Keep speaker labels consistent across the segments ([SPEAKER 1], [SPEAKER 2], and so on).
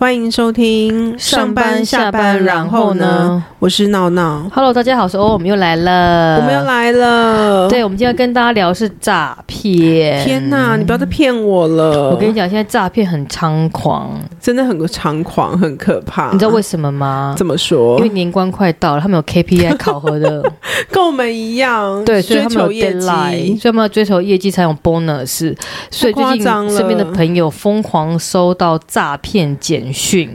[SPEAKER 1] 欢迎收听
[SPEAKER 2] 上班下班然后呢？
[SPEAKER 1] 我是闹闹，
[SPEAKER 2] Hello，大家好，我是欧，我们又来了，
[SPEAKER 1] 我们又，来了。
[SPEAKER 2] 对，我们今天要跟大家聊的是诈骗。
[SPEAKER 1] 天啊哪，你不要再骗我了！
[SPEAKER 2] 我跟你讲，现在诈骗很猖狂，
[SPEAKER 1] 真的很个猖狂，很可怕。
[SPEAKER 2] 你知道为什么吗？
[SPEAKER 1] 啊怎么说
[SPEAKER 2] 因为？年关快到了，他们 有 KPI 考核的，
[SPEAKER 1] 跟我们一样，
[SPEAKER 2] 对，所以
[SPEAKER 1] 追
[SPEAKER 2] 他
[SPEAKER 1] 求
[SPEAKER 2] 们有
[SPEAKER 1] 业
[SPEAKER 2] deadline，
[SPEAKER 1] 绩，
[SPEAKER 2] 所以他们要追求业绩才有 bonus。所以最
[SPEAKER 1] 太夸
[SPEAKER 2] 近
[SPEAKER 1] 张了
[SPEAKER 2] 身边的朋友疯狂收到诈骗简讯。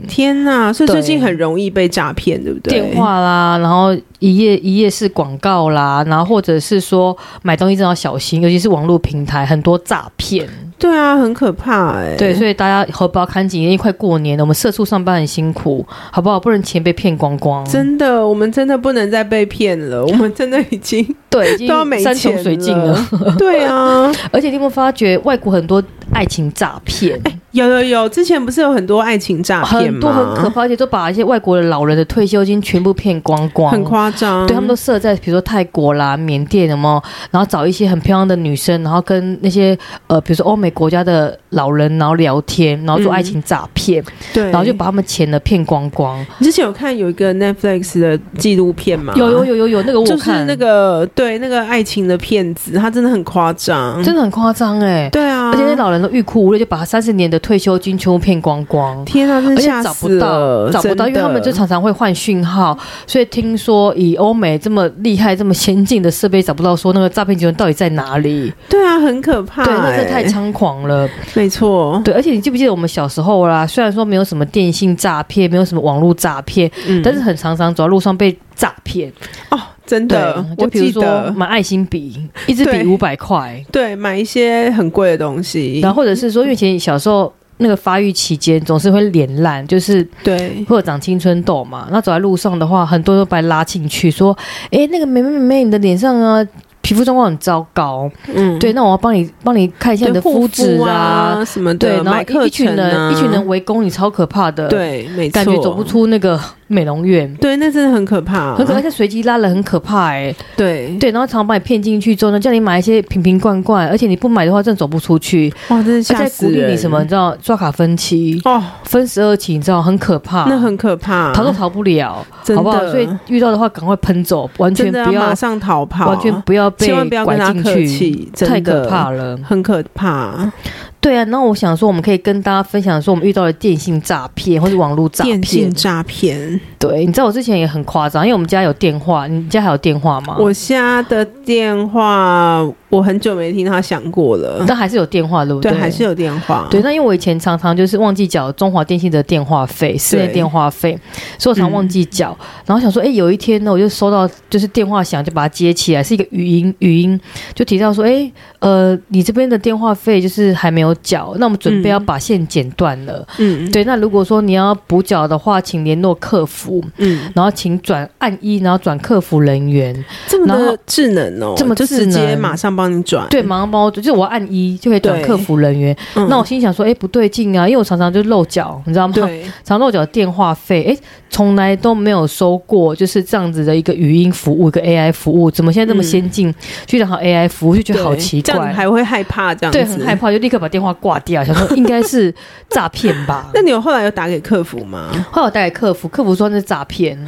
[SPEAKER 1] 天哪！所以
[SPEAKER 2] 对
[SPEAKER 1] 最近很容易被诈骗，对不对？
[SPEAKER 2] 电话啦，然后一页一页是广告啦，然后或者是说买东西真的要小心，尤其是网络平台很多诈骗。
[SPEAKER 1] 对啊，很可怕哎、
[SPEAKER 2] 对，所以大家荷包看紧，因为快过年了，我们社畜上班很辛苦，好不好？不能钱被骗光光。
[SPEAKER 1] 真的，我们真的不能再被骗 了，我们真的已经
[SPEAKER 2] 对，已
[SPEAKER 1] 都
[SPEAKER 2] 经
[SPEAKER 1] 要没
[SPEAKER 2] 山
[SPEAKER 1] 钱
[SPEAKER 2] 穷水尽了。。
[SPEAKER 1] 对啊，
[SPEAKER 2] 而且你有没有发觉，外国很多爱情诈骗，
[SPEAKER 1] 有有有，之前不是有很多爱情诈骗
[SPEAKER 2] 很
[SPEAKER 1] 吗？
[SPEAKER 2] 多很可怕，而且都把一些外国的老人的退休金全部骗光光，
[SPEAKER 1] 很夸张，
[SPEAKER 2] 对他们都设在比如说泰国啦、缅甸，有没有？然后找一些很漂亮的女生，然后跟那些呃，比如说欧美国家的老人，然后聊天，然后做爱情诈骗，
[SPEAKER 1] 嗯对，
[SPEAKER 2] 然后就把他们钱呢骗光光。
[SPEAKER 1] 你之前有看有一个 Netflix 的纪录片吗？
[SPEAKER 2] 有有。有有有，那个我有
[SPEAKER 1] 就是
[SPEAKER 2] 看
[SPEAKER 1] 那个对那个爱情的骗子，他真的很夸张，
[SPEAKER 2] 真的很夸张哎。
[SPEAKER 1] 对啊，
[SPEAKER 2] 而且那老人都欲哭无泪，就把他三十年的退休金全部骗光光，
[SPEAKER 1] 天啊，真
[SPEAKER 2] 而
[SPEAKER 1] 的
[SPEAKER 2] 且
[SPEAKER 1] 吓
[SPEAKER 2] 找
[SPEAKER 1] 死
[SPEAKER 2] 不到，
[SPEAKER 1] 了，
[SPEAKER 2] 找不
[SPEAKER 1] 真
[SPEAKER 2] 到，
[SPEAKER 1] 的
[SPEAKER 2] 因为他们就常常会换讯号，所以听说以欧美这么厉害、这么先进的设备，找不到说那个诈骗集团到底在哪里，
[SPEAKER 1] 对啊，很可怕、欸，
[SPEAKER 2] 对，那真的太猖狂了。
[SPEAKER 1] 没错，
[SPEAKER 2] 对，而且你记不记得我们小时候啦？虽然说没有什么电信诈骗，没有什么网络诈骗，
[SPEAKER 1] 嗯
[SPEAKER 2] 但是很常常走在路上被诈骗。
[SPEAKER 1] 哦，真
[SPEAKER 2] 对
[SPEAKER 1] 的，，
[SPEAKER 2] 就
[SPEAKER 1] 我
[SPEAKER 2] 比如
[SPEAKER 1] 记
[SPEAKER 2] 说
[SPEAKER 1] 得，
[SPEAKER 2] 买爱心笔，一支
[SPEAKER 1] 对
[SPEAKER 2] 笔五百块。
[SPEAKER 1] 对，买一些很贵的东西，
[SPEAKER 2] 然后或者是说，因为以前小时候那个发育期间总是会脸烂，就是
[SPEAKER 1] 对，
[SPEAKER 2] 会有长青春痘嘛。那走在路上的话，很多人都把你拉进去说：“诶，那个妹妹妹妹，你的脸上啊。”皮肤状况很糟糕，
[SPEAKER 1] 嗯，
[SPEAKER 2] 对，那我要帮你帮你看一下你的
[SPEAKER 1] 对护
[SPEAKER 2] 肤质
[SPEAKER 1] 肤
[SPEAKER 2] 啊，
[SPEAKER 1] 啊什么
[SPEAKER 2] 对
[SPEAKER 1] 的，，
[SPEAKER 2] 然
[SPEAKER 1] 买
[SPEAKER 2] 后
[SPEAKER 1] 课
[SPEAKER 2] 一群
[SPEAKER 1] 程啊
[SPEAKER 2] 人一群人围攻你，超可怕的，，
[SPEAKER 1] 对，没错，
[SPEAKER 2] 感觉走不，出那个美容院，
[SPEAKER 1] 对，那真的很可怕，
[SPEAKER 2] 很可怕，像随机拉人很可怕哎、
[SPEAKER 1] 对，
[SPEAKER 2] 对，然后常把你骗进去之后呢，叫你买一些瓶瓶罐罐，而且你不买的话，真的走不出去，
[SPEAKER 1] 哇，真的
[SPEAKER 2] 而
[SPEAKER 1] 吓
[SPEAKER 2] 且鼓
[SPEAKER 1] 死
[SPEAKER 2] 励
[SPEAKER 1] 人，
[SPEAKER 2] 你什么，你知道刷卡分期，
[SPEAKER 1] 哦，
[SPEAKER 2] 分十二期，你知道很可怕，
[SPEAKER 1] 那很可怕，
[SPEAKER 2] 逃都逃不了，
[SPEAKER 1] 真
[SPEAKER 2] 啊好不好？
[SPEAKER 1] 的
[SPEAKER 2] 所以遇到的话，赶快喷走，完全
[SPEAKER 1] 真的
[SPEAKER 2] 不
[SPEAKER 1] 要
[SPEAKER 2] 要
[SPEAKER 1] 马，上逃跑，
[SPEAKER 2] 完全不要被
[SPEAKER 1] 千万不要
[SPEAKER 2] 拐
[SPEAKER 1] 跟他
[SPEAKER 2] 进
[SPEAKER 1] 客
[SPEAKER 2] 去，
[SPEAKER 1] 气，真的
[SPEAKER 2] 太可怕，了。
[SPEAKER 1] 很可怕。
[SPEAKER 2] 对啊，那我想说，我们可以跟大家分享说，我们遇到的电信诈骗或是网络诈
[SPEAKER 1] 电信
[SPEAKER 2] 骗。
[SPEAKER 1] 诈骗，
[SPEAKER 2] 对，你知道我之前也很夸张，因为我们家有电话，你家还有电话吗？
[SPEAKER 1] 我家的电话我很久没听他响过了，
[SPEAKER 2] 但还是有电话，对不
[SPEAKER 1] 呃对，
[SPEAKER 2] 对，
[SPEAKER 1] 还是有电话，
[SPEAKER 2] 对，那因为我以前常常就是忘记缴中华电信的电话费，室内
[SPEAKER 1] 对
[SPEAKER 2] 电话费，所以我常忘记缴。然后想说，哎、有一天呢，我就收到就是电话响，就把它接起来，是一个语音，语音就提到说，哎、呃，你这边的电话费就是还没有缴，那我们准备要
[SPEAKER 1] 嗯
[SPEAKER 2] 把线剪断了。
[SPEAKER 1] 嗯，
[SPEAKER 2] 对，那如果说你要补缴的话，请联络客服，
[SPEAKER 1] 嗯，
[SPEAKER 2] 然后请转按一，然后转客服人员。
[SPEAKER 1] 这么
[SPEAKER 2] 然后
[SPEAKER 1] 的智能哦，
[SPEAKER 2] 这么
[SPEAKER 1] 就
[SPEAKER 2] 智
[SPEAKER 1] 直
[SPEAKER 2] 能
[SPEAKER 1] 接马上帮你转，
[SPEAKER 2] 对，马上帮我，就是我按一就可以转
[SPEAKER 1] 对
[SPEAKER 2] 客服人员。
[SPEAKER 1] 嗯，
[SPEAKER 2] 那我心想说，哎、不对劲啊，因为我常常就漏缴，你知道吗？
[SPEAKER 1] 对
[SPEAKER 2] 长漏角电话费，诶，从来都没有收过，就是这样子的一个语音服务，一个 AI 服务，怎么现在这么先进，去讲好 AI 服务，就觉得好
[SPEAKER 1] 嗯对
[SPEAKER 2] 奇
[SPEAKER 1] 这样你
[SPEAKER 2] 怪，
[SPEAKER 1] 还会害怕这样子，。
[SPEAKER 2] 对，很害。怕，就立刻把电话挂掉，想说应该是 诈骗吧
[SPEAKER 1] 那你有后来有打给客服吗？
[SPEAKER 2] 后来我打给客服，客服说那是诈骗，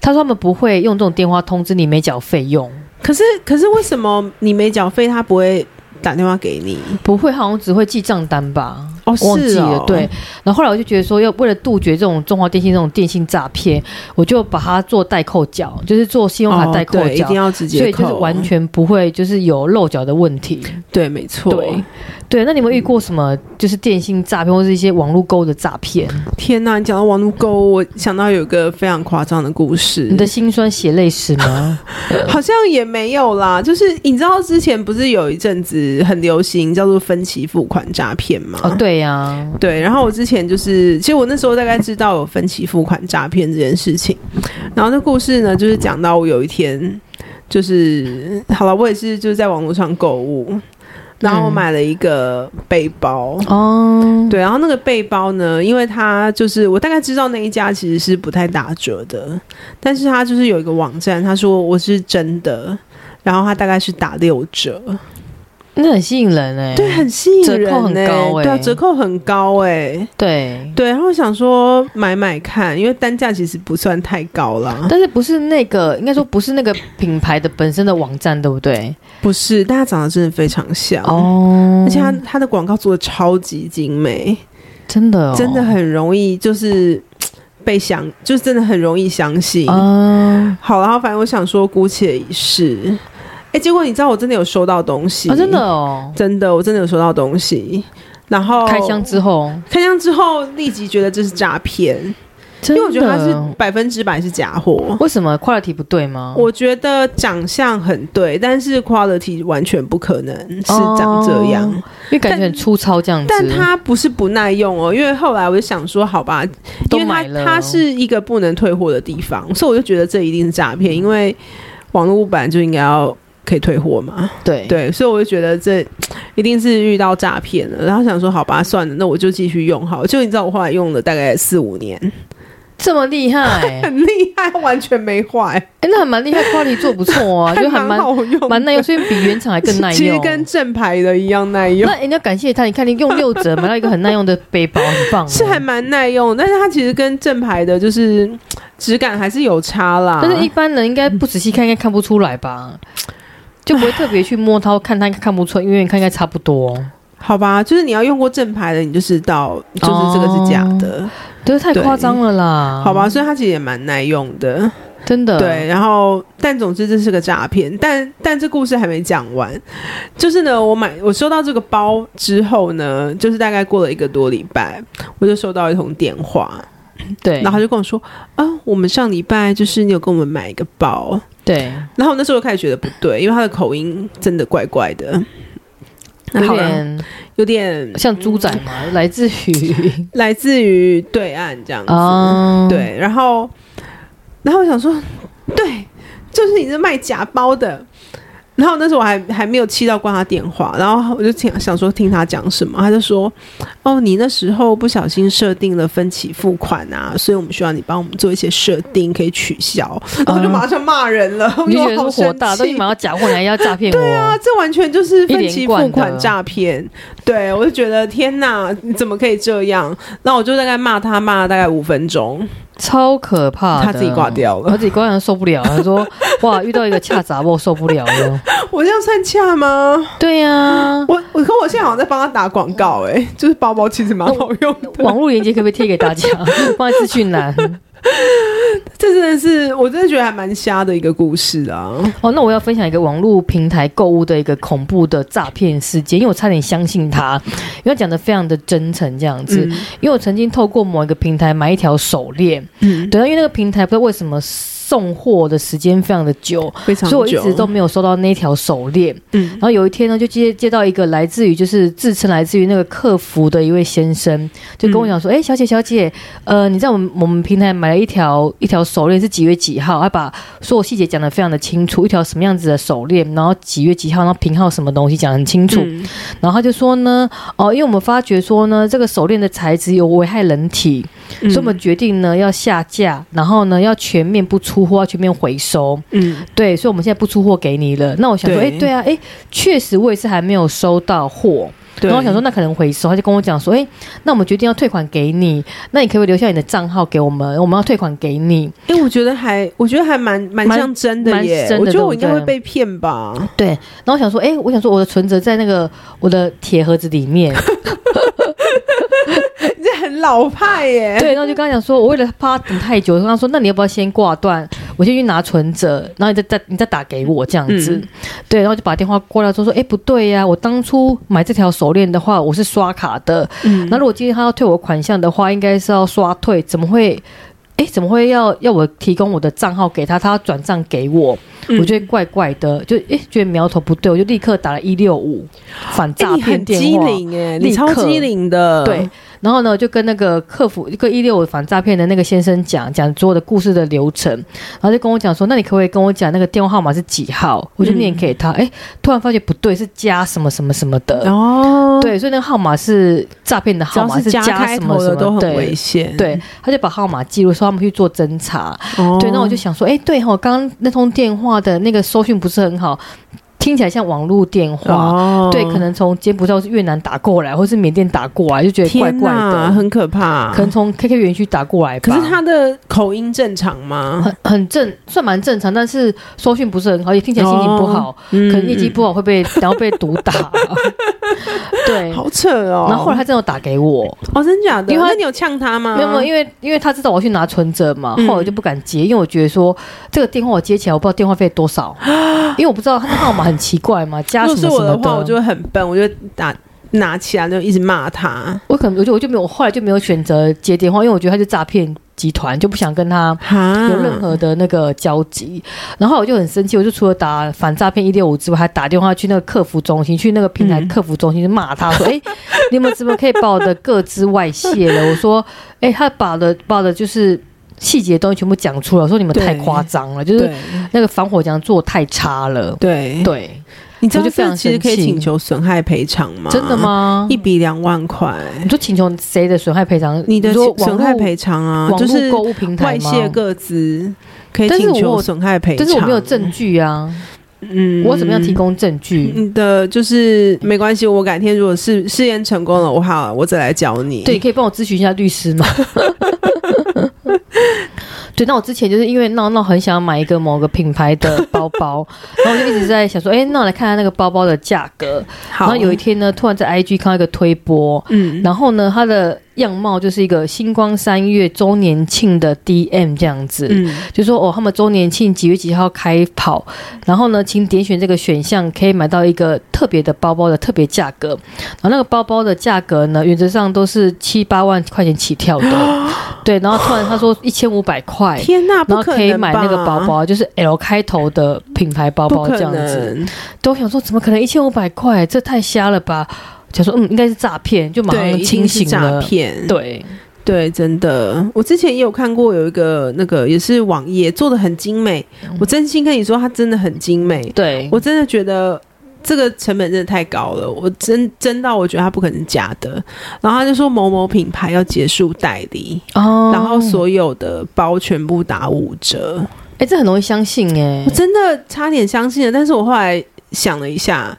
[SPEAKER 2] 他说他们不会用这种电话通知你没缴费用，
[SPEAKER 1] 可是可是为什么你没缴费，他不会打电话给你？
[SPEAKER 2] 不会，好像只会记账单吧。
[SPEAKER 1] 哦，
[SPEAKER 2] 忘记
[SPEAKER 1] 是
[SPEAKER 2] 了，
[SPEAKER 1] 哦
[SPEAKER 2] 对。然后后来我就觉得说，要为了杜绝这种中华电信这种电信诈骗，我就把它做代扣缴，就是做信用卡
[SPEAKER 1] 哦
[SPEAKER 2] 代扣
[SPEAKER 1] 对一
[SPEAKER 2] 缴
[SPEAKER 1] 定，要直接扣，啊
[SPEAKER 2] 所以就是完全不会就是有漏缴的问题。
[SPEAKER 1] 对，没错。
[SPEAKER 2] 对，对，那你们遇过什么就是电信诈骗或是一些网络勾的诈骗？
[SPEAKER 1] 天呐，你讲到网络购物，我想到有一个非常夸张的故事，
[SPEAKER 2] 你的辛酸血泪史 吗？
[SPEAKER 1] 好像也没有啦。就是你知道之前不是有一阵子很流行叫做分期付款诈骗吗？
[SPEAKER 2] 哦，对呀、
[SPEAKER 1] 对，然后我之前就是，其实我那时候大概知道有分期付款诈骗这件事情。然后那故事呢，就是讲到我有一天，就是好了，我也是就是在网络上购物，然后我
[SPEAKER 2] 嗯
[SPEAKER 1] 买了一个背包。
[SPEAKER 2] 哦，
[SPEAKER 1] 对，然后那个背包呢，因为它就是我大概知道那一家其实是不太打折的，但是它就是有一个网站，他说我是真的，然后它大概是打六折，
[SPEAKER 2] 那很吸引人哎、
[SPEAKER 1] 对，很吸引人、欸，
[SPEAKER 2] 折扣很高欸
[SPEAKER 1] 对啊，折扣很高哎、
[SPEAKER 2] 对，
[SPEAKER 1] 对，然后想说买买看，因为单价其实不算太高啦。
[SPEAKER 2] 但是不是那个，应该说不是那个品牌的本身的网站，对不对？
[SPEAKER 1] 不是，但它长得真的非常像，
[SPEAKER 2] 哦，
[SPEAKER 1] 而且它它的广告做的超级精美，
[SPEAKER 2] 真的、哦、
[SPEAKER 1] 真的很容易就是嘖被相，就是真的很容易相信。
[SPEAKER 2] 啊
[SPEAKER 1] 好，然后反正我想说姑且一试，哎，结果你知道我真的有收到东西，
[SPEAKER 2] 啊，真的哦。
[SPEAKER 1] 真的我真的有收到东西，然后
[SPEAKER 2] 开箱之后，
[SPEAKER 1] 开箱之后立即觉得这是诈骗，因
[SPEAKER 2] 因
[SPEAKER 1] 为我觉得它是百分之百是假货。
[SPEAKER 2] 为什么 quality 不对吗？
[SPEAKER 1] 我觉得长相很对，但是 quality 完全不可能是长这样。
[SPEAKER 2] 哦因为感觉很粗糙这样子，
[SPEAKER 1] 但它不是不耐用哦，因为后来我就想说，好吧，
[SPEAKER 2] 都
[SPEAKER 1] 因为它
[SPEAKER 2] 买了
[SPEAKER 1] 它是一个不能退货的地方，所以我就觉得这一定是诈骗，因为网络版就应该要可以退货嘛。
[SPEAKER 2] 对
[SPEAKER 1] 对，所以我就觉得这一定是遇到诈骗了。然后想说，好吧，算了，那我就继续用好了。就你知道，我后来用了大概四五年，
[SPEAKER 2] 这么 厉害，哎、
[SPEAKER 1] 很厉害，完全没坏，
[SPEAKER 2] 那还蛮厉害，quality 做不错
[SPEAKER 1] 哦
[SPEAKER 2] 啊，就还蛮
[SPEAKER 1] 好用的，
[SPEAKER 2] 蛮耐用，所以比原厂还更耐用。
[SPEAKER 1] 其实跟正牌的一样耐用。
[SPEAKER 2] 那人家感谢他，你看你用六折买到一个很耐用的背包，很棒、哦
[SPEAKER 1] 是还，蛮耐用，但是它其实跟正牌的就是嘖质感还是有差啦。
[SPEAKER 2] 但是一般人应该不仔细看，应该看不出来吧？就不会特别去摸它，看它应该看不出来，因为你看应该差不多。
[SPEAKER 1] 好吧，就是你要用过正牌的，你就知道就是这个是假的，
[SPEAKER 2] 对，太夸张了啦，
[SPEAKER 1] 好吧？，所以它其实也蛮耐用的，
[SPEAKER 2] 真的，
[SPEAKER 1] 对。然后，但总之这是个诈骗，但但这故事还没讲完。就是呢，我买我收到这个包之后呢，就是大概过了一个多礼拜，我就收到一通电话，
[SPEAKER 2] 对，
[SPEAKER 1] 然后他就跟我说啊，我们上礼拜就是你有跟我们买一个包，
[SPEAKER 2] 对，
[SPEAKER 1] 然后我那时候就开始觉得不对，因为他的口音真的怪怪的，
[SPEAKER 2] 有
[SPEAKER 1] 好啦
[SPEAKER 2] 点
[SPEAKER 1] 有点
[SPEAKER 2] 像猪仔嘛，
[SPEAKER 1] 嗯
[SPEAKER 2] 来 自于
[SPEAKER 1] 来自于对岸这样子。
[SPEAKER 2] 啊，，
[SPEAKER 1] 对， 然后，然后我想说，对，就是你是卖假包的。然后那时候我还还没有气到挂他电话，然后我就听想说听他讲什么，他就说：“哦，你那时候不小心设定了分期付款啊，所以我们需要你帮我们做一些设定，可以取消。”然后我就马上骂人了，我
[SPEAKER 2] 哦你就
[SPEAKER 1] 觉得
[SPEAKER 2] 觉
[SPEAKER 1] 好
[SPEAKER 2] 得说
[SPEAKER 1] 生
[SPEAKER 2] 火大，都已
[SPEAKER 1] 气
[SPEAKER 2] 经买到假货，你还要 诈骗我？对啊，
[SPEAKER 1] 这完全就是分期付
[SPEAKER 2] 一连贯
[SPEAKER 1] 款
[SPEAKER 2] 的
[SPEAKER 1] 诈骗。对我就觉得天哪，你怎么可以这样？那我就大概骂他骂了大概五分钟，
[SPEAKER 2] 超可啊怕的，
[SPEAKER 1] 他自己挂掉了
[SPEAKER 2] 他自己挂掉受不了，他说：“哇，遇到一个恰杂我受不了了。
[SPEAKER 1] 我这样算恰吗？”
[SPEAKER 2] 对啊呀、
[SPEAKER 1] 我我可我现在好像在帮他打广告哎、就是包包其实蛮好用的，
[SPEAKER 2] 网络链接可不可以贴给 大家？放在资讯栏。
[SPEAKER 1] 这真的是我真的觉得还蛮瞎的一个故事啊！
[SPEAKER 2] 哦，那我要分享一个网络平台购物的一个恐怖的诈骗事件，因为我差点相信他，因为他讲的非常的真诚这样子。
[SPEAKER 1] 嗯
[SPEAKER 2] 因为我曾经透过某一个平台买一条手链，
[SPEAKER 1] 嗯，
[SPEAKER 2] 对，因为那个平台不知道为什么送货的时间非常的久，
[SPEAKER 1] 非常
[SPEAKER 2] 所以我一
[SPEAKER 1] 久
[SPEAKER 2] 直都没有收到那条手链。
[SPEAKER 1] 嗯
[SPEAKER 2] 然后有一天呢，就接接到一个来自于就是自称来自于那个客服的一位先生，就
[SPEAKER 1] 嗯
[SPEAKER 2] 跟我讲说：“哎、小姐小姐，呃，你在我们我们平台买了一条一条手链，是几月几号？”他把所有细节讲得非常的清楚，一条什么样子的手链，然后几月几号，然后品号什么东西讲得很清楚。
[SPEAKER 1] 嗯
[SPEAKER 2] 然后他就说呢：“哦、因为我们发觉说呢，这个手链的材质有危害人体，
[SPEAKER 1] 嗯
[SPEAKER 2] 所以我们决定呢要下架，然后呢要全面不出货，要全面回收。”
[SPEAKER 1] 嗯
[SPEAKER 2] 对，所以我们现在不出货给你了。那我想说，
[SPEAKER 1] 对
[SPEAKER 2] 哎，对啊，哎，确实我也是还没有收到货。
[SPEAKER 1] 对，
[SPEAKER 2] 然后我想说，那可能回收，他就跟我讲说，哎，那我们决定要退款给你，那你可不可以留下你的账号给我们？我们要退款给你。
[SPEAKER 1] 哎、我觉得还我觉得还蛮蛮
[SPEAKER 2] 蛮
[SPEAKER 1] 像真的
[SPEAKER 2] 蛮
[SPEAKER 1] 耶，
[SPEAKER 2] 真的
[SPEAKER 1] 我觉
[SPEAKER 2] 对
[SPEAKER 1] 得我
[SPEAKER 2] 不
[SPEAKER 1] 应该
[SPEAKER 2] 对
[SPEAKER 1] 会被骗吧？
[SPEAKER 2] 对，然后我想说，哎，我想说我的存折在那个我的铁盒子里面。
[SPEAKER 1] 你这很老派耶，
[SPEAKER 2] 对，然后就跟他讲说，我为了怕他等太久，我跟他说，那你要不要先挂断？我先去拿存折，然后你再再你再打给我这样子。
[SPEAKER 1] 嗯
[SPEAKER 2] 对，然后就把电话挂掉，说说，哎，不对呀、我当初买这条手链的话，我是刷卡的，
[SPEAKER 1] 嗯
[SPEAKER 2] 那如果今天他要退我款项的话，应该是要刷退，怎么会？哎，怎么会要要我提供我的账号给他？他要转账给我，
[SPEAKER 1] 嗯
[SPEAKER 2] 我觉得怪怪的，就哎觉得苗头不对，我就立刻打了一六五反
[SPEAKER 1] 哎
[SPEAKER 2] 诈
[SPEAKER 1] 你
[SPEAKER 2] 骗
[SPEAKER 1] 很
[SPEAKER 2] 电
[SPEAKER 1] 机
[SPEAKER 2] 话。
[SPEAKER 1] 灵哎，
[SPEAKER 2] 立
[SPEAKER 1] 你超
[SPEAKER 2] 刻
[SPEAKER 1] 机灵的，
[SPEAKER 2] 对，然后呢，就跟那个客服，跟一六五反诈骗的那个先生讲讲所有的故事的流程，然后就跟我讲说，那你可不可以跟我讲那个电话号码是几号？我就念给他，哎、突然发觉不对，是加什么什么什么的，
[SPEAKER 1] 哦，，
[SPEAKER 2] 对，所以那个号码是诈骗的
[SPEAKER 1] 只要
[SPEAKER 2] 号码，
[SPEAKER 1] 是
[SPEAKER 2] 加
[SPEAKER 1] 开
[SPEAKER 2] 什么
[SPEAKER 1] 头
[SPEAKER 2] 什
[SPEAKER 1] 的
[SPEAKER 2] 么，
[SPEAKER 1] 都很
[SPEAKER 2] 对
[SPEAKER 1] 危险，
[SPEAKER 2] 对，他就把号码记录，说他们去做侦查。
[SPEAKER 1] 哦
[SPEAKER 2] 对，那我就想说，哎，对哈、哦，刚刚那通电话的那个收讯不是很好。听起来像网络电话，
[SPEAKER 1] 哦
[SPEAKER 2] 对，可能从柬埔寨或是越南打过来，或是缅甸打过来，就觉得怪
[SPEAKER 1] 天
[SPEAKER 2] 怪
[SPEAKER 1] 哪，
[SPEAKER 2] 的，
[SPEAKER 1] 很可怕。
[SPEAKER 2] 可能从 KK 园区打过来吧。
[SPEAKER 1] 可是他的口音正常吗？
[SPEAKER 2] 很很正，算蛮正常，但是收讯不是很好，也听起来心情不好，
[SPEAKER 1] 嗯
[SPEAKER 2] 可能业绩不好会被然后被毒 打。对，
[SPEAKER 1] 好扯哦。
[SPEAKER 2] 然后后来他真的有打给我，
[SPEAKER 1] 哦，真假的？
[SPEAKER 2] 因为他
[SPEAKER 1] 那你有呛他吗？
[SPEAKER 2] 没有没有，因为因为他知道我去拿存折嘛，
[SPEAKER 1] 嗯
[SPEAKER 2] 后来我就不敢接，因为我觉得说这个电话我接起来，我不知道电话费多 少，因为我不知道他的号码很奇怪嘛，加
[SPEAKER 1] 如
[SPEAKER 2] 什
[SPEAKER 1] 果
[SPEAKER 2] 么
[SPEAKER 1] 是
[SPEAKER 2] 什
[SPEAKER 1] 我
[SPEAKER 2] 么
[SPEAKER 1] 的话，我就会很笨，我就打拿起来就一直骂他。
[SPEAKER 2] 我可能我就我就没有，我后来就没有选择接电话，因为我觉得他是诈骗集团，就不想跟他。
[SPEAKER 1] 哈
[SPEAKER 2] 有任何的那个交集，然后我就很生气，我就除了打反诈骗一六五之外，还打电话去那个客服中心，去那个平台
[SPEAKER 1] 嗯
[SPEAKER 2] 客服中心就骂他说：“ 哎、你们怎么可以把我的个资外泄了？”我说：“哎、他把我的把我的就是细节的东西全部讲出来，我说你们太
[SPEAKER 1] 对
[SPEAKER 2] 夸张了，就是
[SPEAKER 1] 对
[SPEAKER 2] 那个防火墙做得太差了。
[SPEAKER 1] 对”
[SPEAKER 2] 对，
[SPEAKER 1] 你知道
[SPEAKER 2] 我就非常
[SPEAKER 1] 这其实可以
[SPEAKER 2] 生气
[SPEAKER 1] 请求损害赔偿吗？
[SPEAKER 2] 真的？吗
[SPEAKER 1] 一？笔两万块，
[SPEAKER 2] 你说请求谁的损害赔偿？
[SPEAKER 1] 你的
[SPEAKER 2] 说网
[SPEAKER 1] 损害
[SPEAKER 2] 络
[SPEAKER 1] 赔偿啊，
[SPEAKER 2] 网
[SPEAKER 1] 就是
[SPEAKER 2] 络购物平台
[SPEAKER 1] 外
[SPEAKER 2] 吗？
[SPEAKER 1] 泄各资可以
[SPEAKER 2] 但是
[SPEAKER 1] 请
[SPEAKER 2] 我
[SPEAKER 1] 求损害赔偿，
[SPEAKER 2] 但是我没有证据啊，
[SPEAKER 1] 嗯
[SPEAKER 2] 我怎么样提？供证据？
[SPEAKER 1] 你的就是没关系，我改天如果试试验成功了，我好，我再来教你。
[SPEAKER 2] 对，，可以帮我咨询一下律师吗？ 对，那我之前就是因为闹闹很想买一个某个品牌的包包，然后我就一直在想说，哎、那我来看看那个包包的价格。然
[SPEAKER 1] 好，
[SPEAKER 2] 后有一天呢，突然在 IG 看到一个推播，
[SPEAKER 1] 嗯，
[SPEAKER 2] 然后呢，它的样貌就是一个星光三月周年庆的 DM 这样子。
[SPEAKER 1] 嗯，
[SPEAKER 2] 就说哦，他们周年庆几月几号开跑，然后呢，请点选这个选项，可以买到一个特别的包包的特别价格。然后那个包包的价格呢，原则上都是七八万块钱起跳的，对。然后突然他说一千五百块。
[SPEAKER 1] 哦天哪，
[SPEAKER 2] 然
[SPEAKER 1] 不
[SPEAKER 2] 后
[SPEAKER 1] 可
[SPEAKER 2] 可以买那个
[SPEAKER 1] 能吧
[SPEAKER 2] 包，啊包，就是 L 开头的品牌包
[SPEAKER 1] 不
[SPEAKER 2] 包
[SPEAKER 1] 可
[SPEAKER 2] 这样子。
[SPEAKER 1] 能，
[SPEAKER 2] 对，我想说，怎么可能一千五百块？这太瞎了吧！想说，嗯，应该是诈骗，就马
[SPEAKER 1] 对，
[SPEAKER 2] 上
[SPEAKER 1] 一
[SPEAKER 2] 清
[SPEAKER 1] 定是
[SPEAKER 2] 醒
[SPEAKER 1] 诈
[SPEAKER 2] 了。
[SPEAKER 1] 骗，
[SPEAKER 2] 对，
[SPEAKER 1] 对，真的，我之前也有看过有一个那个也是网页做的很精美，
[SPEAKER 2] 嗯
[SPEAKER 1] 我真心跟你说，它真的很精美，
[SPEAKER 2] 对，
[SPEAKER 1] 我真的觉得。这个成本真的太高了，我真真到我觉得它不可能假的。然后他就说某某品牌要结束代理，
[SPEAKER 2] 哦
[SPEAKER 1] 然后，所有的包全部打五折，
[SPEAKER 2] 哎，这很容易相信哎
[SPEAKER 1] 我，真的差点相信了。但是我后来想了一下，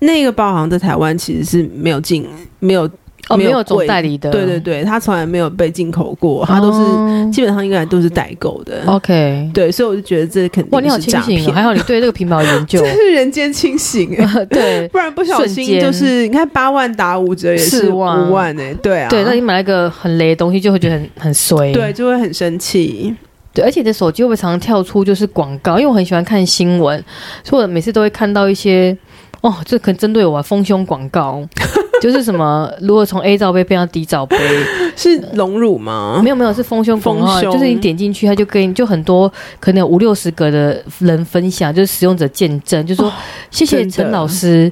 [SPEAKER 1] 那个包好像在台湾其实是没有进，没有
[SPEAKER 2] 哦，
[SPEAKER 1] 没有
[SPEAKER 2] 没有总
[SPEAKER 1] 贵
[SPEAKER 2] 代理的，
[SPEAKER 1] 对对对，它从来没有被进口过，它都是、基本上应该都是代购的。
[SPEAKER 2] 哦 OK。
[SPEAKER 1] 对，所以我就觉得这肯
[SPEAKER 2] 哇，你
[SPEAKER 1] 定
[SPEAKER 2] 好
[SPEAKER 1] 是
[SPEAKER 2] 清
[SPEAKER 1] 诈
[SPEAKER 2] 醒
[SPEAKER 1] 骗，
[SPEAKER 2] 哦，还好你对这个品牌有研 究
[SPEAKER 1] 这。是人间清醒、欸
[SPEAKER 2] 对
[SPEAKER 1] 不然不小
[SPEAKER 2] 瞬
[SPEAKER 1] 心
[SPEAKER 2] 间
[SPEAKER 1] 就是你看八万打五折也是
[SPEAKER 2] 四
[SPEAKER 1] 五
[SPEAKER 2] 万
[SPEAKER 1] 万哎、对啊，
[SPEAKER 2] 对，那你买了一个很雷的东西，就会觉得很很衰。
[SPEAKER 1] 对就会很生气。
[SPEAKER 2] 对，而且你的手机会不会常常跳出就是广告？因为我很喜欢看新闻，所以我每次都会看到一些哦，这可能针对我啊，丰胸广 告，就是什么如果从 A 罩杯变到 D 罩杯，
[SPEAKER 1] 是隆乳吗？
[SPEAKER 2] 没有没有是丰胸广告，
[SPEAKER 1] 哦丰胸
[SPEAKER 2] 就是你点进去，它就跟就很多可能有五六十个的人分享，就是使用者见证，就说、谢谢
[SPEAKER 1] 哦真的
[SPEAKER 2] 陈老师。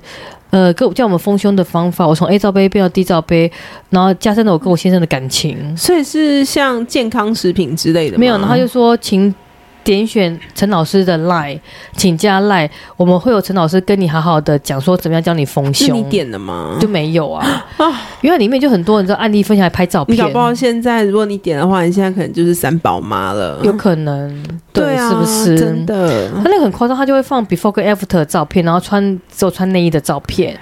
[SPEAKER 2] 呃，跟我教我们丰胸的方法，我从 A 罩杯变到 D 罩杯，然后加深了我跟我先生的感情。
[SPEAKER 1] 所以是像健康食品之类的吗
[SPEAKER 2] 没有，然后就说请点选陈老师的 line，请加 line，我们会有陈老师跟你好好的讲说怎么样教你丰
[SPEAKER 1] 是你
[SPEAKER 2] 胸，
[SPEAKER 1] 点的吗
[SPEAKER 2] 就？没有啊
[SPEAKER 1] 啊。
[SPEAKER 2] 因为里面就很多人道案例分享，还拍照
[SPEAKER 1] 你
[SPEAKER 2] 片
[SPEAKER 1] 搞，不好嗯现在如果你点的话，你现在可能就是三宝妈了。
[SPEAKER 2] 有可能
[SPEAKER 1] 对啊，
[SPEAKER 2] 是不是？
[SPEAKER 1] 真的
[SPEAKER 2] 他？那个很夸张，他就会放 before 跟 after 的照片，然后穿只有穿内衣的照片，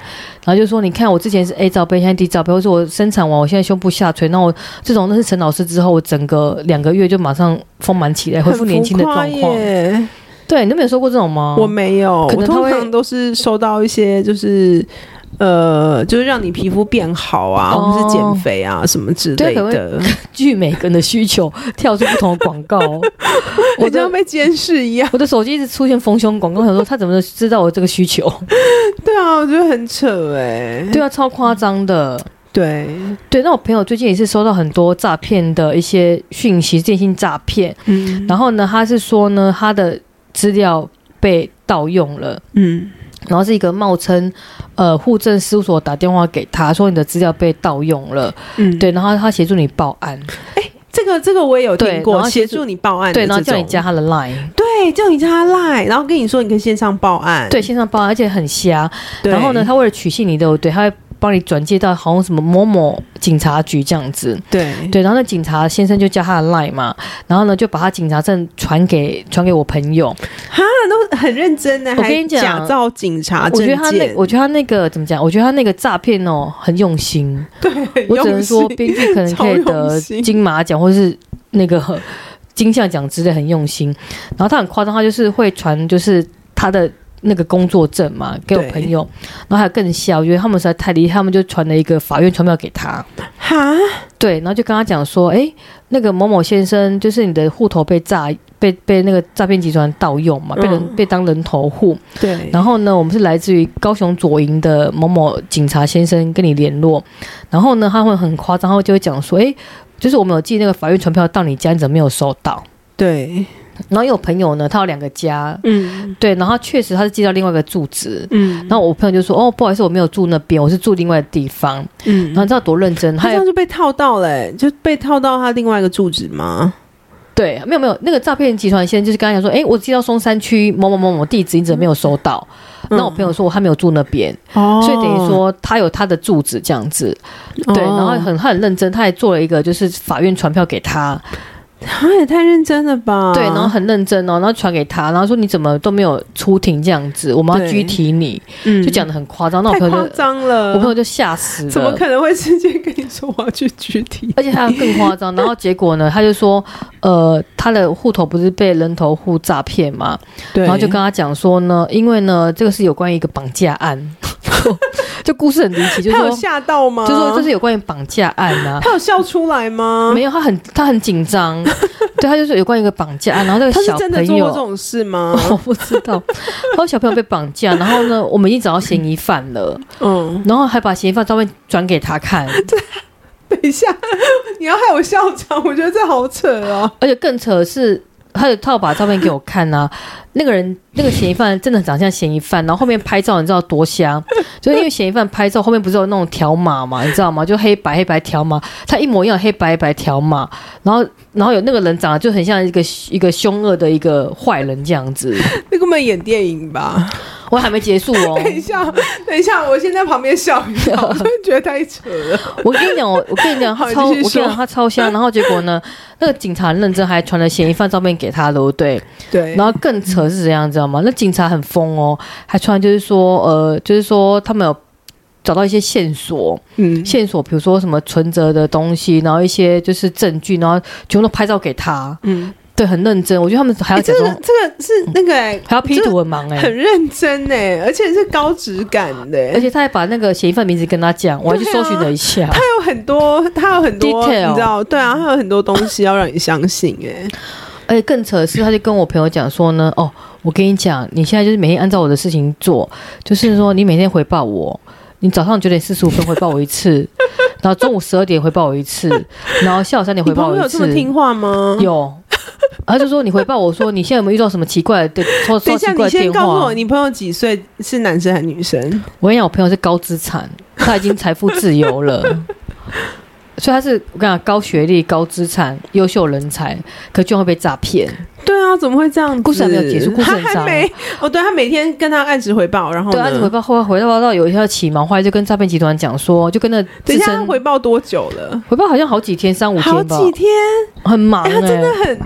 [SPEAKER 2] 然后就说你看我之前是 A 罩杯，现在 D 罩杯，或者我生产完我现在胸部下垂，那我这种那是陈老师之后，我整个两个月就马上丰满起来，恢复年轻的状
[SPEAKER 1] 很浮夸
[SPEAKER 2] 况。
[SPEAKER 1] 耶
[SPEAKER 2] 对，你都没有说过这种吗？
[SPEAKER 1] 我没有，
[SPEAKER 2] 可
[SPEAKER 1] 我
[SPEAKER 2] 能他
[SPEAKER 1] 通
[SPEAKER 2] 会
[SPEAKER 1] 常都是收到一些就是。呃，就是让你皮肤变好啊，
[SPEAKER 2] 哦
[SPEAKER 1] 或是减肥啊什么之类
[SPEAKER 2] 对可
[SPEAKER 1] 的，
[SPEAKER 2] 据每个人的需求跳出不同 的广告，我
[SPEAKER 1] 我就
[SPEAKER 2] 的
[SPEAKER 1] 像被监视一样。
[SPEAKER 2] 我的手机一直出现丰胸广告，我想说他怎么能知道我这个需求？
[SPEAKER 1] 对啊，我觉得很扯哎、
[SPEAKER 2] 对啊，超夸张的。
[SPEAKER 1] 对，
[SPEAKER 2] 对，那我朋友最近也是收到很多诈骗的一些讯息，电信诈骗。
[SPEAKER 1] 嗯
[SPEAKER 2] 然后呢，他是说呢，他的资料被盗用了，
[SPEAKER 1] 嗯，
[SPEAKER 2] 然后是一个冒称呃户政事务所打电话给他说你的资料被盗用了，
[SPEAKER 1] 嗯，
[SPEAKER 2] 对，然后他协助你报案，
[SPEAKER 1] 这个这个我也有
[SPEAKER 2] 对
[SPEAKER 1] 听过
[SPEAKER 2] 然，后
[SPEAKER 1] 协
[SPEAKER 2] 协
[SPEAKER 1] 助你报案的
[SPEAKER 2] 对，然后
[SPEAKER 1] 这
[SPEAKER 2] 叫你
[SPEAKER 1] 种
[SPEAKER 2] 加他的 line，
[SPEAKER 1] 对，叫你加他 line，然后跟你说你可以线上报案，
[SPEAKER 2] 对，线上报案，而且很瞎。
[SPEAKER 1] 对，
[SPEAKER 2] 然后呢，他为了取信你的，对，他会帮你转介到好像什么某某警察局这样子。
[SPEAKER 1] 对
[SPEAKER 2] 对，然后那警察先生就加他的 line 嘛，然后呢就把他警察证传给传给我朋友，
[SPEAKER 1] 哈，都很认真呢，
[SPEAKER 2] 我跟你讲
[SPEAKER 1] 还假造警察
[SPEAKER 2] 我
[SPEAKER 1] 啊证
[SPEAKER 2] 觉得
[SPEAKER 1] 件，
[SPEAKER 2] 他那我觉得他那个怎么讲？我觉得他那个诈骗哦很用心，
[SPEAKER 1] 对，
[SPEAKER 2] 我只能说
[SPEAKER 1] 用心
[SPEAKER 2] 编剧可能可以
[SPEAKER 1] 超用
[SPEAKER 2] 得
[SPEAKER 1] 心
[SPEAKER 2] 金马奖或是那个金像奖之类，很用心。然后他很夸张，他就是会传就是他的。那个工作证嘛，给我
[SPEAKER 1] 对
[SPEAKER 2] 朋友，然后还有更笑，我觉得他们实在太厉害，他们就传了一个法院传票给他，
[SPEAKER 1] 哈，
[SPEAKER 2] 对，然后就跟他讲说，哎，那个某某先生，就是你的户头被诈，被被那个诈骗集团盗用嘛，被人、
[SPEAKER 1] 嗯
[SPEAKER 2] 被当人头户，
[SPEAKER 1] 对，
[SPEAKER 2] 然后呢，我们是来自于高雄左营的某某警察先生跟你联络，然后呢，他会很夸张，他会就会讲说，诶，就是我们有寄那个法院传票到你家，你怎么没有收到？
[SPEAKER 1] 对，
[SPEAKER 2] 然后有朋友呢，他有两个家，
[SPEAKER 1] 嗯
[SPEAKER 2] 对，然后确实他是寄到另外一个住址。
[SPEAKER 1] 嗯，
[SPEAKER 2] 然后我朋友就说：“哦，不好意思，我没有住那边，我是住另外的地方。”
[SPEAKER 1] 嗯
[SPEAKER 2] 然后你知道多认真，
[SPEAKER 1] 他
[SPEAKER 2] 他
[SPEAKER 1] 这
[SPEAKER 2] 也
[SPEAKER 1] 样就被套到了欸、就被套到他另外一个住址吗？
[SPEAKER 2] 对，没有没有，那个诈骗集团现在就是刚才讲说，诶，我寄到松山区某某某某地址，你怎么没有收到？
[SPEAKER 1] 嗯
[SPEAKER 2] 那、我朋友说我还没有住那边，
[SPEAKER 1] 哦
[SPEAKER 2] 所以等于说他有他的住址这样子。对，然后很他很认真，他还做了一个就是法院传票给他，
[SPEAKER 1] 他也哎太认真了吧？
[SPEAKER 2] 对，然后很认真哦，然后传给他，然后说你怎么都没有出庭这样子，我们要
[SPEAKER 1] 对
[SPEAKER 2] 拘提你，
[SPEAKER 1] 嗯
[SPEAKER 2] 就讲的很夸张，那我
[SPEAKER 1] 太
[SPEAKER 2] 朋
[SPEAKER 1] 夸
[SPEAKER 2] 友就
[SPEAKER 1] 张了，
[SPEAKER 2] 我朋友就吓死了，
[SPEAKER 1] 怎么可能会直接跟你说我要去具体？
[SPEAKER 2] 而且他更夸 张，然后结果呢，他就说，呃，他的户头不是被人头户诈骗嘛，
[SPEAKER 1] 对
[SPEAKER 2] 然后就跟他讲说呢，因为呢，这个是有关于一个绑架案， 就故事很离奇，就是
[SPEAKER 1] 他有
[SPEAKER 2] 说，
[SPEAKER 1] 吓到吗？
[SPEAKER 2] 就说这是有关于绑架案啊，
[SPEAKER 1] 他有笑出来吗？
[SPEAKER 2] 没有，他很他很紧 张，对他就是有关于一个绑架啊案，然后那个
[SPEAKER 1] 他是
[SPEAKER 2] 小
[SPEAKER 1] 真的
[SPEAKER 2] 朋
[SPEAKER 1] 做过
[SPEAKER 2] 友
[SPEAKER 1] 这，种事 吗？
[SPEAKER 2] 我不知道，他说小朋友被绑架，然后呢，我们已经找到嫌疑犯了，
[SPEAKER 1] 嗯，
[SPEAKER 2] 然后还把嫌疑犯照片转给他看，
[SPEAKER 1] 等一下，你要害我笑场，我觉得这好扯哦。
[SPEAKER 2] 而且更扯的是。他有他有把照片给我看啊， 那个人那个嫌疑犯真的很长得像嫌疑犯，然后后面拍照你知道多瞎， 就是因为嫌疑犯拍照后面不是有那种条码嘛，你知道吗？就黑白黑白条码，他一模一样黑白黑白条码，然后然后有那个人长得就很像一个一个凶恶的一个坏人这样子，
[SPEAKER 1] 那根本演电影吧？
[SPEAKER 2] 我还没结束 哦。
[SPEAKER 1] 等一下，等一下，我先在旁边笑一 笑，我真的觉得太扯了。
[SPEAKER 2] 我跟你讲，我我跟你讲，
[SPEAKER 1] 好
[SPEAKER 2] 他
[SPEAKER 1] 你
[SPEAKER 2] 超，
[SPEAKER 1] 继
[SPEAKER 2] 我跟
[SPEAKER 1] 续
[SPEAKER 2] 你
[SPEAKER 1] 说
[SPEAKER 2] 讲，他超香。然后结果呢，那个警察很认真，还传了嫌疑犯照片给他，对不对？
[SPEAKER 1] 对，
[SPEAKER 2] 然后更扯是怎样，你知道吗？那警察很疯哦，还传就是说，呃，就是说他们有。找到一些线索，
[SPEAKER 1] 嗯，
[SPEAKER 2] 线索比如说什么存折的东西，然后一些就是证据，然后全部都拍照给他，
[SPEAKER 1] 嗯，
[SPEAKER 2] 对，很认真。我觉得他们还
[SPEAKER 1] 哎、
[SPEAKER 2] 要假
[SPEAKER 1] 这
[SPEAKER 2] 装，嗯
[SPEAKER 1] 个这个是那个、哎
[SPEAKER 2] 还要 P 图很忙哎、
[SPEAKER 1] 很认真呢、 而且是高质感的、
[SPEAKER 2] 而且他还把那个嫌疑犯名字跟他讲，我还去
[SPEAKER 1] 对啊
[SPEAKER 2] 搜寻了一下。
[SPEAKER 1] 他有很多，他有很多
[SPEAKER 2] Detail
[SPEAKER 1] 你知道，对啊，他有很多东西要让你相信、哎，
[SPEAKER 2] 而且更扯的是，他就跟我朋友讲说呢，哦，我跟你讲，你现在就是每天按照我的事情做，就是说你每天回报我，你早上九点四十五分回报我一次，然后中午十二点回报我一次，然后下午三点
[SPEAKER 1] 你
[SPEAKER 2] 回报
[SPEAKER 1] 朋
[SPEAKER 2] 我
[SPEAKER 1] 友
[SPEAKER 2] 一
[SPEAKER 1] 这么
[SPEAKER 2] 次，
[SPEAKER 1] 听话吗？
[SPEAKER 2] 有。然后就说你回报我说你现在有没有遇到什么奇怪的
[SPEAKER 1] 等
[SPEAKER 2] 抽抽
[SPEAKER 1] 一下，
[SPEAKER 2] 奇
[SPEAKER 1] 你
[SPEAKER 2] 怪的
[SPEAKER 1] 先
[SPEAKER 2] 电
[SPEAKER 1] 告诉
[SPEAKER 2] 话
[SPEAKER 1] 我，？你朋友几岁？是男生还是女生？
[SPEAKER 2] 我跟你讲，我朋友是高资产，他已经财富自由了， 所以他是我跟你讲高学历、高资产、优秀人才，可居然会被诈骗。
[SPEAKER 1] 对啊，怎么会这样子？
[SPEAKER 2] 故事还没有结束故事
[SPEAKER 1] 他
[SPEAKER 2] 很
[SPEAKER 1] 还
[SPEAKER 2] 长
[SPEAKER 1] 没哦。对，他每天跟他按时回报，然后
[SPEAKER 2] 对，
[SPEAKER 1] 呢
[SPEAKER 2] 他回报后来回报到有一天起毛，后来就跟诈骗集团讲说，就跟那
[SPEAKER 1] 等
[SPEAKER 2] 资
[SPEAKER 1] 一下他
[SPEAKER 2] 深
[SPEAKER 1] 回报多久了？
[SPEAKER 2] 回报好像好几天，三五
[SPEAKER 1] 好
[SPEAKER 2] 天吧，
[SPEAKER 1] 几天，
[SPEAKER 2] 很忙
[SPEAKER 1] 哎、他
[SPEAKER 2] 哎、
[SPEAKER 1] 真的很，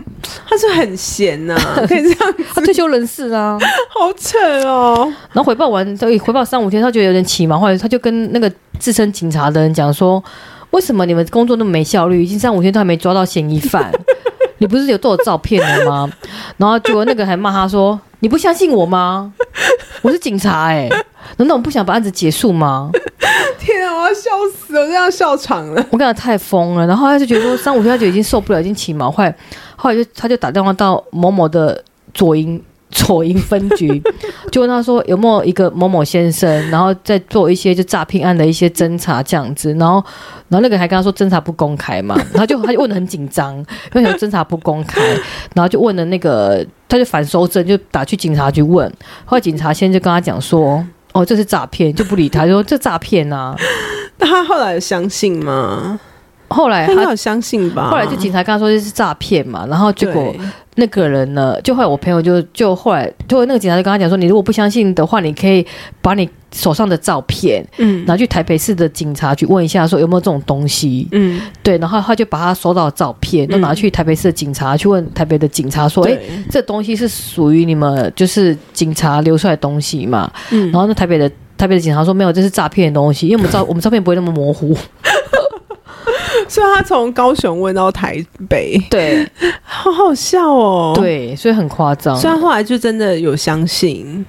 [SPEAKER 1] 他是很闲呐、 可以这样，
[SPEAKER 2] 他退休人士啊，
[SPEAKER 1] 好扯哦。
[SPEAKER 2] 然后回报完，所以回报三五天，他觉得有点起毛，后来他就跟那个自称警察的人讲说，为什么你们工作那么没效率，已经三五天都还没抓到嫌疑 犯，你不是有都有照片了吗？然后结果那个还骂他说，你不相信我吗？我是警察哎、难道我不想把案子结束吗？
[SPEAKER 1] 天啊，我要笑死了，我这样笑场了。
[SPEAKER 2] 我跟他太疯了，然后他就觉得说三五天他就已经受不了，已经起毛，后来后来就他就打电话到某某的左营左营分局， 就问他说有没有一个某某先生，然后再做一些就诈骗案的一些侦查这样子，然后然后那个还跟他说侦查不公开嘛，然后就他就问的很紧张，因为想说侦查不公开，然后就问了那个他就反搜证，就打去警察局问，后来警察先就跟他讲说。哦，这是诈骗，就不理他，就说这诈骗啊。
[SPEAKER 1] 那他后来有相信吗？
[SPEAKER 2] 后来
[SPEAKER 1] 他
[SPEAKER 2] 哎他
[SPEAKER 1] 应该有相信吧。
[SPEAKER 2] 后来就警察跟他说这是诈骗嘛，然后结果
[SPEAKER 1] 啊对
[SPEAKER 2] 那个人呢，就后来我朋友就就后来就那个警察就跟他讲说，你如果不相信的话，你可以把你手上的照片
[SPEAKER 1] 嗯
[SPEAKER 2] 拿去台北市的警察局问一下，说有没有这种东西。
[SPEAKER 1] 嗯，
[SPEAKER 2] 对，然后他就把他收到的照片都拿去台北市的警察去问台北的警察说，哎、
[SPEAKER 1] 对，
[SPEAKER 2] 这东西是属于你们就是警察留出来的东西嘛？
[SPEAKER 1] 嗯
[SPEAKER 2] 然后那台北的台北的警察说没有，这是诈骗的东西，因为我们照我们照片不会那么模糊。
[SPEAKER 1] 所以他从高雄问到台北，
[SPEAKER 2] 对
[SPEAKER 1] 好好笑哦。，
[SPEAKER 2] 对，所以很夸张。
[SPEAKER 1] 虽然后来就真的有相信，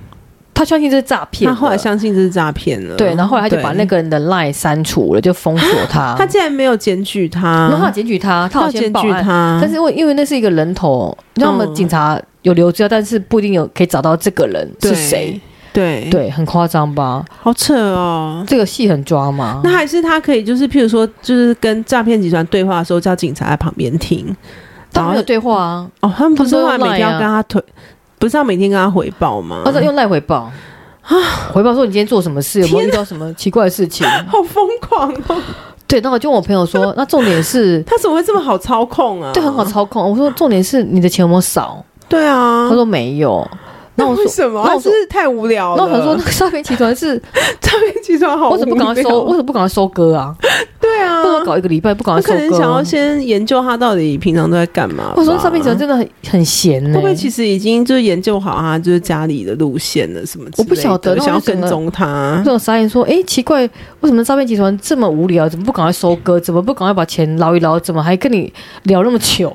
[SPEAKER 2] 他相信这是诈骗
[SPEAKER 1] 他
[SPEAKER 2] 的，
[SPEAKER 1] 后来相信这是诈骗了。
[SPEAKER 2] 对，然后后来他就把那
[SPEAKER 1] 个
[SPEAKER 2] 个人的 line 删除了，就封锁他。
[SPEAKER 1] 他竟然没有检举
[SPEAKER 2] 然后他
[SPEAKER 1] 他
[SPEAKER 2] 有，检举他，他
[SPEAKER 1] 他
[SPEAKER 2] 好
[SPEAKER 1] 有
[SPEAKER 2] 像
[SPEAKER 1] 检
[SPEAKER 2] 报
[SPEAKER 1] 举
[SPEAKER 2] 案，
[SPEAKER 1] 他，
[SPEAKER 2] 但是因为因为那是一个人头，让我们
[SPEAKER 1] 嗯
[SPEAKER 2] 警察有留资料，但是不一定有可以找到这个人是
[SPEAKER 1] 对
[SPEAKER 2] 谁。？
[SPEAKER 1] 对，
[SPEAKER 2] 对，很夸张吧？
[SPEAKER 1] 好扯哦。
[SPEAKER 2] 这个戏很抓嘛
[SPEAKER 1] 那？还是他可以，就是譬如说，就是跟诈骗集团对话的时候，叫警察在旁边听。
[SPEAKER 2] 他们没有对话啊，
[SPEAKER 1] 哦，他们不是
[SPEAKER 2] 他们都
[SPEAKER 1] 后来每天
[SPEAKER 2] 用
[SPEAKER 1] 要
[SPEAKER 2] Line 啊
[SPEAKER 1] 跟他推，不是要每天跟他回报吗？
[SPEAKER 2] 而且用赖回报
[SPEAKER 1] 啊
[SPEAKER 2] 回报说你今天做什么事，有没有遇到什么奇怪的事情？
[SPEAKER 1] 好疯狂哦！
[SPEAKER 2] 对，那我就问我朋友说，那重 点是，
[SPEAKER 1] 他怎么会这么好操控啊？
[SPEAKER 2] 对，很好操控。我说重点是你的钱有没有少？
[SPEAKER 1] 对啊
[SPEAKER 2] 他，说没有。那
[SPEAKER 1] 那
[SPEAKER 2] 我
[SPEAKER 1] 为
[SPEAKER 2] 说，
[SPEAKER 1] 什么？
[SPEAKER 2] 那
[SPEAKER 1] 他
[SPEAKER 2] 我
[SPEAKER 1] 是
[SPEAKER 2] 说
[SPEAKER 1] 不是太无聊了。
[SPEAKER 2] 那我想说，那个诈骗集团是
[SPEAKER 1] 诈骗集团好无
[SPEAKER 2] 为
[SPEAKER 1] 聊，
[SPEAKER 2] 什么不赶快收？为什么不赶快收割啊？
[SPEAKER 1] 对啊
[SPEAKER 2] 为，什么搞一个礼拜不赶
[SPEAKER 1] 我
[SPEAKER 2] 快收
[SPEAKER 1] 可能
[SPEAKER 2] 割？啊
[SPEAKER 1] 想要先研究他到底平常都在干嘛吧。
[SPEAKER 2] 我说诈骗集团真的很很闲呢、
[SPEAKER 1] 会不会其实已经就是研究好他就是家里的路线了什么之类的？
[SPEAKER 2] 我不晓得那我就
[SPEAKER 1] 想要
[SPEAKER 2] 整
[SPEAKER 1] 跟
[SPEAKER 2] 个
[SPEAKER 1] 踪他
[SPEAKER 2] 这。种傻眼说，哎、奇怪，为什么诈骗集团这么无聊？怎么不赶快收割？怎么不赶快把钱捞一捞？怎么还跟你聊那 么久？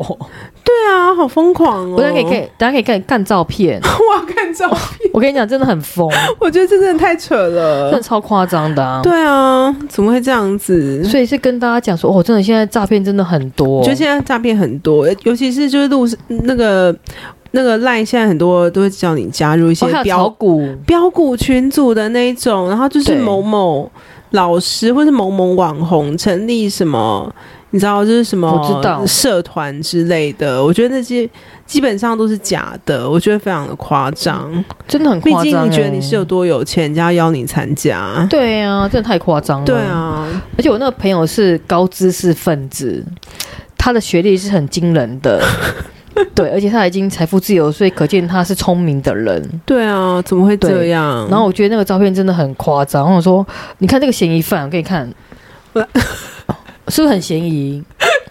[SPEAKER 1] 对啊，好疯狂哦！
[SPEAKER 2] 我等下可以可以，等下可以干干照片。
[SPEAKER 1] 我要看照片，
[SPEAKER 2] 我跟你讲，真的很 疯，
[SPEAKER 1] 我觉得这真的太扯
[SPEAKER 2] 真的
[SPEAKER 1] 了。
[SPEAKER 2] 超夸张的、啊。
[SPEAKER 1] 对啊，怎么会这样子？
[SPEAKER 2] 所以是跟大家讲说，哦，真的现在诈骗真的很多
[SPEAKER 1] 我觉。得现在诈骗很多，尤其是就是路那个那个赖，现在很多都会叫你加入一些
[SPEAKER 2] 哦，还有炒
[SPEAKER 1] 标
[SPEAKER 2] 股，
[SPEAKER 1] 标股群组的那一种，然后就是
[SPEAKER 2] 对
[SPEAKER 1] 某某老师或是某某网红成立什么，你知道就是什
[SPEAKER 2] 我知
[SPEAKER 1] 么
[SPEAKER 2] 道
[SPEAKER 1] 社团之类的，我觉得那些基本上都是假的，我觉得非常的夸张。
[SPEAKER 2] 真的很
[SPEAKER 1] 毕
[SPEAKER 2] 夸张、欸。
[SPEAKER 1] 竟你觉得你是有多有钱，人家邀你参加，
[SPEAKER 2] 对啊，真的太夸张了。
[SPEAKER 1] 对，啊，
[SPEAKER 2] 而且我那个朋友是高知识分子，他的学历是很惊人 的，对，而且他已经财富自由，所以可见他是聪明的人。
[SPEAKER 1] 对啊，怎么会这
[SPEAKER 2] 对
[SPEAKER 1] 样？
[SPEAKER 2] 然后我觉得那个照片真的很夸张，我想说，你看这个嫌疑犯，我给你看，
[SPEAKER 1] 不
[SPEAKER 2] 是不是很嫌疑？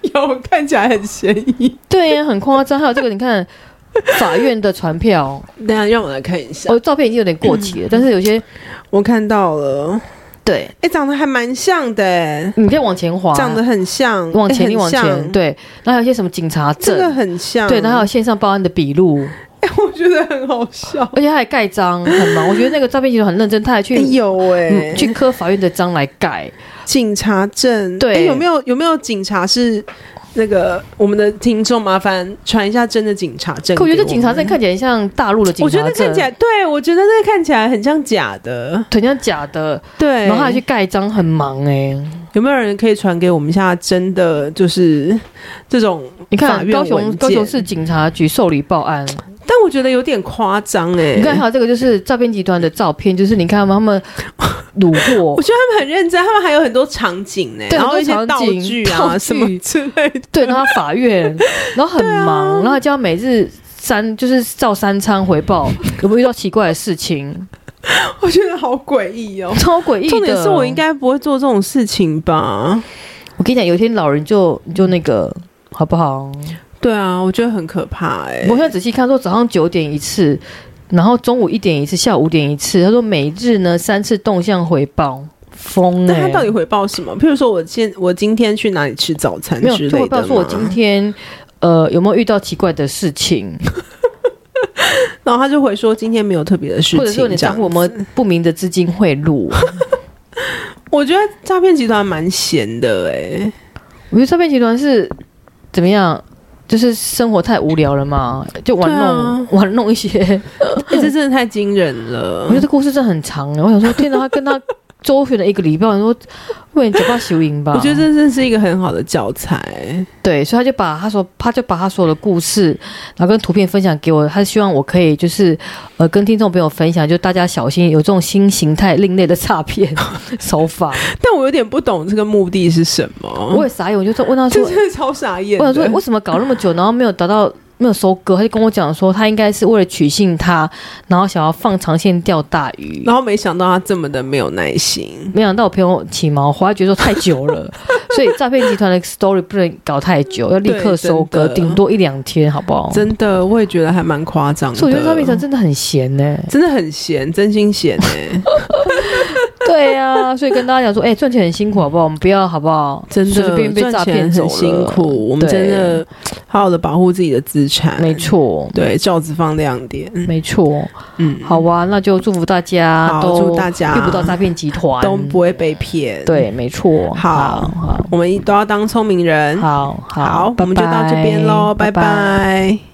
[SPEAKER 1] 有看起来很嫌疑。
[SPEAKER 2] 对呀、很夸张。还有这个，你看法院的传 票，
[SPEAKER 1] 等一下让我来看一下，
[SPEAKER 2] 哦，照片已经有点过
[SPEAKER 1] 嗯
[SPEAKER 2] 期了，但是有些
[SPEAKER 1] 我看到了，
[SPEAKER 2] 对，
[SPEAKER 1] 哎、长得还蛮像的、欸，
[SPEAKER 2] 你可以往前滑，
[SPEAKER 1] 长得很像，
[SPEAKER 2] 往前，
[SPEAKER 1] 诶
[SPEAKER 2] 你往
[SPEAKER 1] 很像
[SPEAKER 2] 前，对，然后还有一些什么警察
[SPEAKER 1] 这
[SPEAKER 2] 证，
[SPEAKER 1] 个很像，
[SPEAKER 2] 对，然后还有线上报案的笔录。
[SPEAKER 1] 哎、 我觉得很好笑，
[SPEAKER 2] 而且他还盖章，很忙。我觉得那个诈骗集团很认真，他还去、
[SPEAKER 1] 哎有哎、
[SPEAKER 2] 嗯、去科法院的章来盖。
[SPEAKER 1] 警察证，
[SPEAKER 2] 对
[SPEAKER 1] 哎有没有有没有警察是那个我们的听众，麻烦传一下真的警察证，
[SPEAKER 2] 可我觉得警察证。看起来像大陆的警
[SPEAKER 1] 我
[SPEAKER 2] 察
[SPEAKER 1] 觉
[SPEAKER 2] 证，
[SPEAKER 1] 得看起来，对我觉得那看起来很像假的，
[SPEAKER 2] 很像假的，
[SPEAKER 1] 对。
[SPEAKER 2] 然后他还去盖章，很忙哎、
[SPEAKER 1] 有没有人可以传给我们一下真的就是这种
[SPEAKER 2] 你
[SPEAKER 1] 法
[SPEAKER 2] 看
[SPEAKER 1] 院
[SPEAKER 2] 高
[SPEAKER 1] 文
[SPEAKER 2] 雄
[SPEAKER 1] 件
[SPEAKER 2] 高雄市警察局受理报案，
[SPEAKER 1] 但我觉得有点夸张哎。
[SPEAKER 2] 你看还有这个就是诈骗集团的照片，就是你看他们虏 获
[SPEAKER 1] 我，觉得他们很认真，他们还有很多场景呢、
[SPEAKER 2] 对
[SPEAKER 1] 然后一
[SPEAKER 2] 很多
[SPEAKER 1] 些
[SPEAKER 2] 场
[SPEAKER 1] 道
[SPEAKER 2] 景
[SPEAKER 1] 具
[SPEAKER 2] 道
[SPEAKER 1] 啊
[SPEAKER 2] 具
[SPEAKER 1] 什么之类的。
[SPEAKER 2] 对，然后他法 院，然后很
[SPEAKER 1] 啊
[SPEAKER 2] 忙，然后叫他每日三就是照三餐回报，有没有遇到奇怪的 事情，
[SPEAKER 1] 我觉得好诡异 哦。
[SPEAKER 2] 超诡异的。
[SPEAKER 1] 重点是我应该不会做这种事情吧？
[SPEAKER 2] 我跟你讲，有一天老人就你就那个好不好？
[SPEAKER 1] 对啊，我觉得很可怕哎、
[SPEAKER 2] 我现在仔细看说，早上九点一次，然后中午一点一次，下午五点一次。他说每日呢三次动向回报，疯
[SPEAKER 1] 但
[SPEAKER 2] 哎、
[SPEAKER 1] 他到底回报什么？譬如说，我今我今天去哪里吃早餐
[SPEAKER 2] 没有
[SPEAKER 1] 之
[SPEAKER 2] 就
[SPEAKER 1] 类
[SPEAKER 2] 会
[SPEAKER 1] 的
[SPEAKER 2] 告诉我
[SPEAKER 1] 吗？
[SPEAKER 2] 今天呃有没有遇到奇怪的事情，
[SPEAKER 1] 然后他就回说今天没有特别的事情，
[SPEAKER 2] 或者是你
[SPEAKER 1] 这
[SPEAKER 2] 账
[SPEAKER 1] 样
[SPEAKER 2] 户有没有不明的资金汇 入？
[SPEAKER 1] 我觉得诈骗集团蛮闲的哎、
[SPEAKER 2] 我觉得诈骗集团是怎么样？就是生活太无聊了嘛，就玩弄、
[SPEAKER 1] 对啊
[SPEAKER 2] 玩弄一些
[SPEAKER 1] 欸这真的太惊人
[SPEAKER 2] 哦
[SPEAKER 1] 了
[SPEAKER 2] 我觉。得这故事真的很长欸，我想说，天哪，他跟他周旋了一个礼拜，我想说为你嘴巴修赢吧。
[SPEAKER 1] 我觉得这真是一个很好的教材。
[SPEAKER 2] 对，所以他就把他说，他就把他所有的故事，然后跟图片分享给我，他希望我可以就是呃跟听众朋友分享，就大家小心有这种新形态另类的诈骗 手法。
[SPEAKER 1] 但我有点不懂这个目的是什么。
[SPEAKER 2] 我也傻眼，我就说问他
[SPEAKER 1] 嗯这
[SPEAKER 2] 说，
[SPEAKER 1] 真的超傻眼
[SPEAKER 2] 我
[SPEAKER 1] 的。
[SPEAKER 2] 想说为什么搞那么久，然后没有达到没有收割，他就跟我讲说，他应该是为了取信他，然后想要放长线钓大鱼。
[SPEAKER 1] 然后没想到他这么的没有耐心，
[SPEAKER 2] 没想到我朋友起毛花，觉得说太 久了，所以诈骗集团的 story 不能搞太久，要立刻
[SPEAKER 1] 对
[SPEAKER 2] 收割，
[SPEAKER 1] 真的
[SPEAKER 2] 顶多一两天，好不好？
[SPEAKER 1] 真的我也觉得还蛮夸张的。
[SPEAKER 2] 所以我觉得诈骗集团真的很闲呢、
[SPEAKER 1] 真的很闲，真心闲哎、
[SPEAKER 2] 对呀、所以跟大家讲说，哎、赚钱很辛苦，好不好？我们不要，好不好？
[SPEAKER 1] 真
[SPEAKER 2] 随随
[SPEAKER 1] 的
[SPEAKER 2] 便便被
[SPEAKER 1] 赚
[SPEAKER 2] 诈
[SPEAKER 1] 钱
[SPEAKER 2] 骗走
[SPEAKER 1] 很
[SPEAKER 2] 了
[SPEAKER 1] 辛苦，我们
[SPEAKER 2] 对
[SPEAKER 1] 真的好好的保护自己的资产，
[SPEAKER 2] 没，错，
[SPEAKER 1] 对，罩子放亮点，
[SPEAKER 2] 没错。
[SPEAKER 1] 嗯，
[SPEAKER 2] 好啊，那就祝福大家
[SPEAKER 1] 好，
[SPEAKER 2] 都
[SPEAKER 1] 祝大家
[SPEAKER 2] 遇不到诈骗集团，
[SPEAKER 1] 都不会被骗，，
[SPEAKER 2] 对，没错。
[SPEAKER 1] 好
[SPEAKER 2] 好
[SPEAKER 1] 我们都要当聪明人，
[SPEAKER 2] 好好，
[SPEAKER 1] 好，我们就到这边
[SPEAKER 2] 拜拜
[SPEAKER 1] 喽，拜。拜